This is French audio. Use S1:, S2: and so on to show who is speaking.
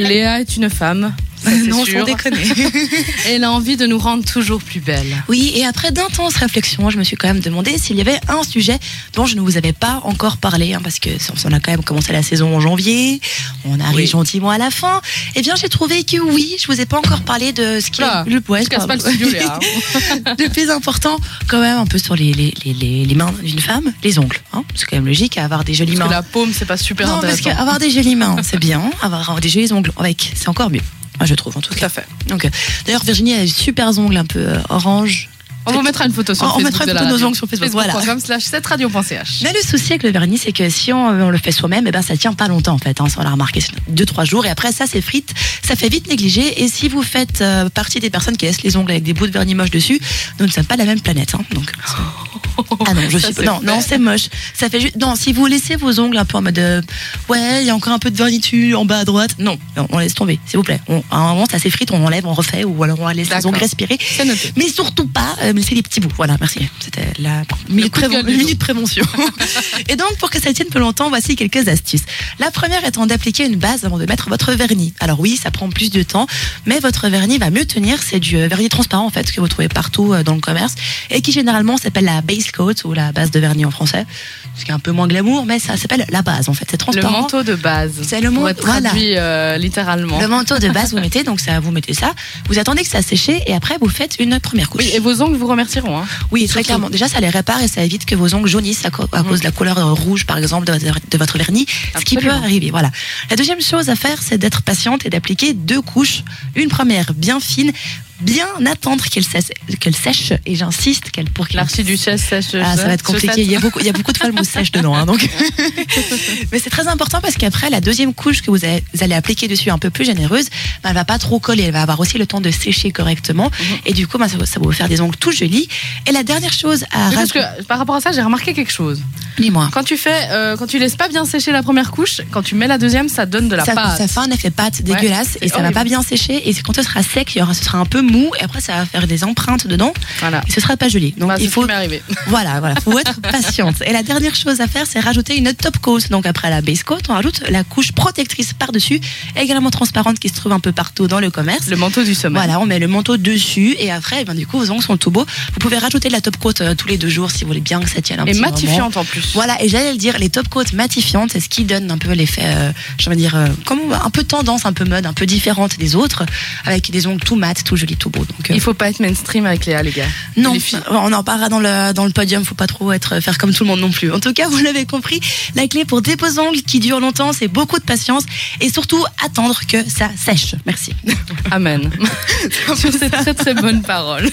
S1: Léa est une femme. ça, c'est
S2: non,
S1: sûr.
S2: sans déconner.
S1: Elle a envie de nous rendre toujours plus belles.
S2: oui, et après d'intenses réflexions, je me suis quand même demandé s'il y avait un sujet dont je ne vous avais pas encore parlé, hein, parce que on a quand même commencé la saison en janvier, on arrive
S1: Oui.
S2: gentiment à la fin. Eh bien, j'ai trouvé que oui, je vous ai pas encore parlé de ce qui
S1: Là,
S2: est le hein, ouais,
S1: Je casse pas le
S2: pardon.
S1: studio, Léa.
S2: le plus important, quand même, un peu sur les, les, les- les- les mains d'une femme, les ongles. hein. C'est quand même logique à avoir des jolies
S1: Parce que
S2: mains.
S1: la paume, c'est pas super
S2: Non, parce
S1: intéressant.
S2: qu'avoir des jolies mains, c'est bien. hein. Avoir des jolis ongles avec, c'est encore mieux. Moi, je trouve, en tout
S1: Tout
S2: cas.
S1: à fait.
S2: Donc, euh, D'ailleurs, Virginie a des super ongles un peu euh, orange.
S1: On vous mettra une photo sur
S2: On- on
S1: Facebook.
S2: mettra une
S1: de la
S2: photo de nos
S1: radio.
S2: ongles sur Facebook, voilà.
S1: Facebook.com slash 7radio.ch.
S2: Mais le souci avec le vernis, c'est que si on, on le fait soi-même, eh ben, ça tient pas longtemps en fait. Hein, ça, on l'a remarqué, c'est deux trois jours et après ça s'effrite, ça fait vite négliger. Et si vous faites euh, partie des personnes qui laissent les ongles avec des bouts de vernis moche dessus, nous ne sommes pas la même planète. hein, donc ah non, je
S1: Ça,
S2: suis
S1: c'est
S2: non
S1: fait.
S2: non c'est moche. Ça fait juste non si vous laissez vos ongles un peu en mode euh, ouais il y a encore un peu de vernis dessus en bas à droite. Non, non, on laisse tomber s'il vous plaît. On- à un moment ça s'effrite, on enlève, on refait ou alors on laisse les
S1: D'accord.
S2: ongles respirer.
S1: C'est noté.
S2: Mais surtout pas euh, me laisser des petits bouts. Voilà, merci. C'était la minute,
S1: coup de
S2: préven-
S1: gueule du
S2: minute prévention. et donc, pour que ça tienne plus longtemps, voici quelques astuces. La première étant d'appliquer une base avant de mettre votre vernis. Alors oui, ça prend plus de temps, mais votre vernis va mieux tenir. C'est du euh, vernis transparent, en fait, que vous trouvez partout euh, dans le commerce et qui généralement s'appelle la base coat ou la base de vernis en français. Ce qui est un peu moins glamour, mais ça s'appelle la base, en fait. C'est
S1: Le
S2: transparent.
S1: manteau de base.
S2: C'est le
S1: Pour
S2: manteau-
S1: être
S2: voilà.
S1: traduit euh, littéralement.
S2: Le manteau de base, vous mettez, donc ça, vous mettez ça, vous attendez que ça sèche et après vous faites une première couche.
S1: Oui, et vos ongles vous remercieront. hein.
S2: Oui, très
S1: Surtout. Mm.
S2: clairement. Déjà, ça les répare et ça évite que vos ongles jaunissent à, co- à cause de la couleur euh, rouge, par exemple, de, votre- de votre vernis, ce qui peut
S1: Absolument.
S2: arriver. Voilà. La deuxième chose à faire, c'est d'être patiente et d'appliquer deux couches. Une première bien fine, bien attendre qu'elle sèche, qu'elle sèche et j'insiste qu'elle pour qu'elle
S1: L'archiduchesse sèche.
S2: ah, ça va être compliqué. Il y a beaucoup, il y a beaucoup de palmes sèches dedans, hein, donc. Mais c'est très important parce qu'après, la deuxième couche que vous allez, vous allez appliquer dessus, un peu plus généreuse, ben, elle va pas trop coller. Elle va avoir aussi le temps de sécher correctement.
S1: Mhm.
S2: Et du coup, ben, ça, va- ça va vous faire des ongles tout jolis. Et la dernière chose à
S1: Parce
S2: rajouter,
S1: que par rapport à ça, j'ai remarqué quelque chose.
S2: dis-moi.
S1: Quand tu fais, euh, quand tu laisses pas bien sécher la première couche, quand tu mets la deuxième, ça donne de la
S2: Ça,
S1: pâte.
S2: ça fait un effet pâte dégueulasse
S1: c'est
S2: et ça va
S1: horrible.
S2: pas bien sécher. Et quand ce sera sec, il y aura, ce sera un peu mou et après ça va faire des empreintes dedans
S1: Voilà.
S2: et ce sera pas joli. Donc
S1: Bah, c'est
S2: il
S1: ce qui
S2: faut
S1: m'est arrivé.
S2: Voilà, voilà, faut être patiente. Et la dernière chose à faire, c'est rajouter une top coat. Donc après la base coat, on rajoute la couche protectrice par-dessus, également transparente qui se trouve un peu partout dans le commerce.
S1: Le manteau du sommeil.
S2: Voilà, on met le manteau dessus et après, eh ben, du coup, vos ongles sont tout beaux. Vous pouvez rajouter de la top coat euh, tous les deux jours si vous voulez bien que ça tienne un
S1: Et
S2: petit moment.
S1: matifiante en plus.
S2: Voilà, et j'allais le dire, les top coats matifiantes, c'est ce qui donne un peu l'effet, euh, je veux dire, euh, comment- un peu tendance, un peu mode, un peu différente des autres, avec des ongles tout mat, tout joli, tout beau. Donc, euh,
S1: Il faut pas être mainstream avec Léa, les gars.
S2: non,
S1: Les filles.
S2: on en parlera dans le, dans le podium, faut pas trop être, faire comme tout le monde non plus. En tout cas, vous l'avez compris, la clé pour des beaux ongles qui durent longtemps, c'est beaucoup de patience et surtout attendre que ça sèche. Merci.
S1: Amen. Sur ces très très bonnes paroles.